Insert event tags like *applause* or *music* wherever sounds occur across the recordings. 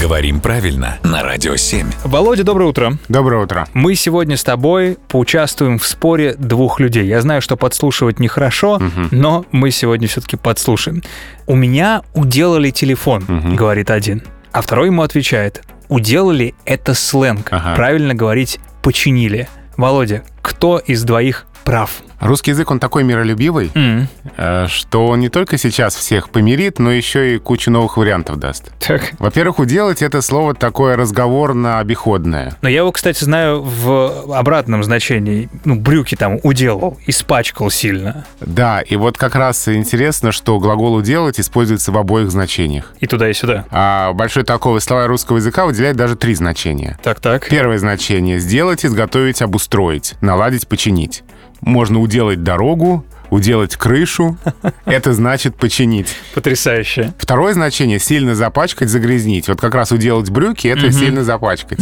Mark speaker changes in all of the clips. Speaker 1: Говорим правильно на Радио 7.
Speaker 2: Володя, доброе утро.
Speaker 3: Доброе утро.
Speaker 2: Мы сегодня с тобой поучаствуем в споре двух людей. Я знаю, что подслушивать нехорошо, но мы сегодня все-таки подслушаем. «У меня уделали телефон», говорит один. А второй ему отвечает, «Уделали — это сленг.
Speaker 3: Ага.
Speaker 2: Правильно говорить «починили». Володя, кто из двоих прав?
Speaker 3: Русский язык, он такой миролюбивый,
Speaker 2: М,
Speaker 3: э, что он не только сейчас всех помирит, но еще и кучу новых вариантов даст.
Speaker 2: Так.
Speaker 3: Во-первых, уделать это слово такое разговорно-обиходное.
Speaker 2: Но я его, кстати, знаю в обратном значении. Ну, брюки там уделал, испачкал сильно.
Speaker 3: Да, и вот как раз интересно, что глагол «уделать» используется в обоих значениях.
Speaker 2: И туда, и сюда.
Speaker 3: А большой толковый словарь русского языка выделяет даже три значения.
Speaker 2: Так-так.
Speaker 3: Первое значение — сделать, изготовить, обустроить, наладить, починить. Можно уделать дорогу, уделать крышу. Это значит починить.
Speaker 2: Потрясающе.
Speaker 3: Второе значение — сильно запачкать, загрязнить. Вот как раз уделать брюки — это сильно запачкать.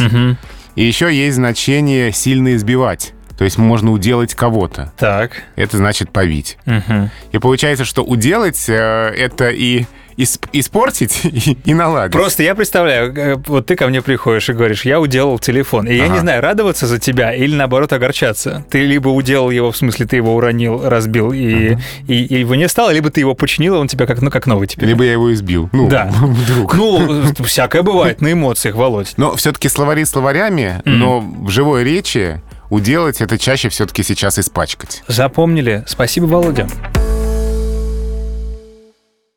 Speaker 3: И еще есть значение «сильно избивать». То есть можно уделать кого-то.
Speaker 2: Так.
Speaker 3: Это значит повить.
Speaker 2: Мгм.
Speaker 3: И получается, что уделать э, это и исп- испортить, *laughs* и, и наладить.
Speaker 2: Просто я представляю, э, вот ты ко мне приходишь и говоришь, я уделал телефон. И я не знаю, радоваться за тебя или наоборот огорчаться. Ты либо уделал его, в смысле, ты его уронил, разбил, и, и, и его не стало, либо ты его починил, и он тебя как, ну, как новый теперь.
Speaker 3: Либо я его избил.
Speaker 2: *laughs*
Speaker 3: Ну,
Speaker 2: Да.
Speaker 3: *laughs* вдруг.
Speaker 2: Ну, э, всякое бывает на эмоциях, Володь.
Speaker 3: Но все-таки словари словарями, но в живой речи уделать это чаще все-таки сейчас испачкать.
Speaker 2: Запомнили. Спасибо, Володя.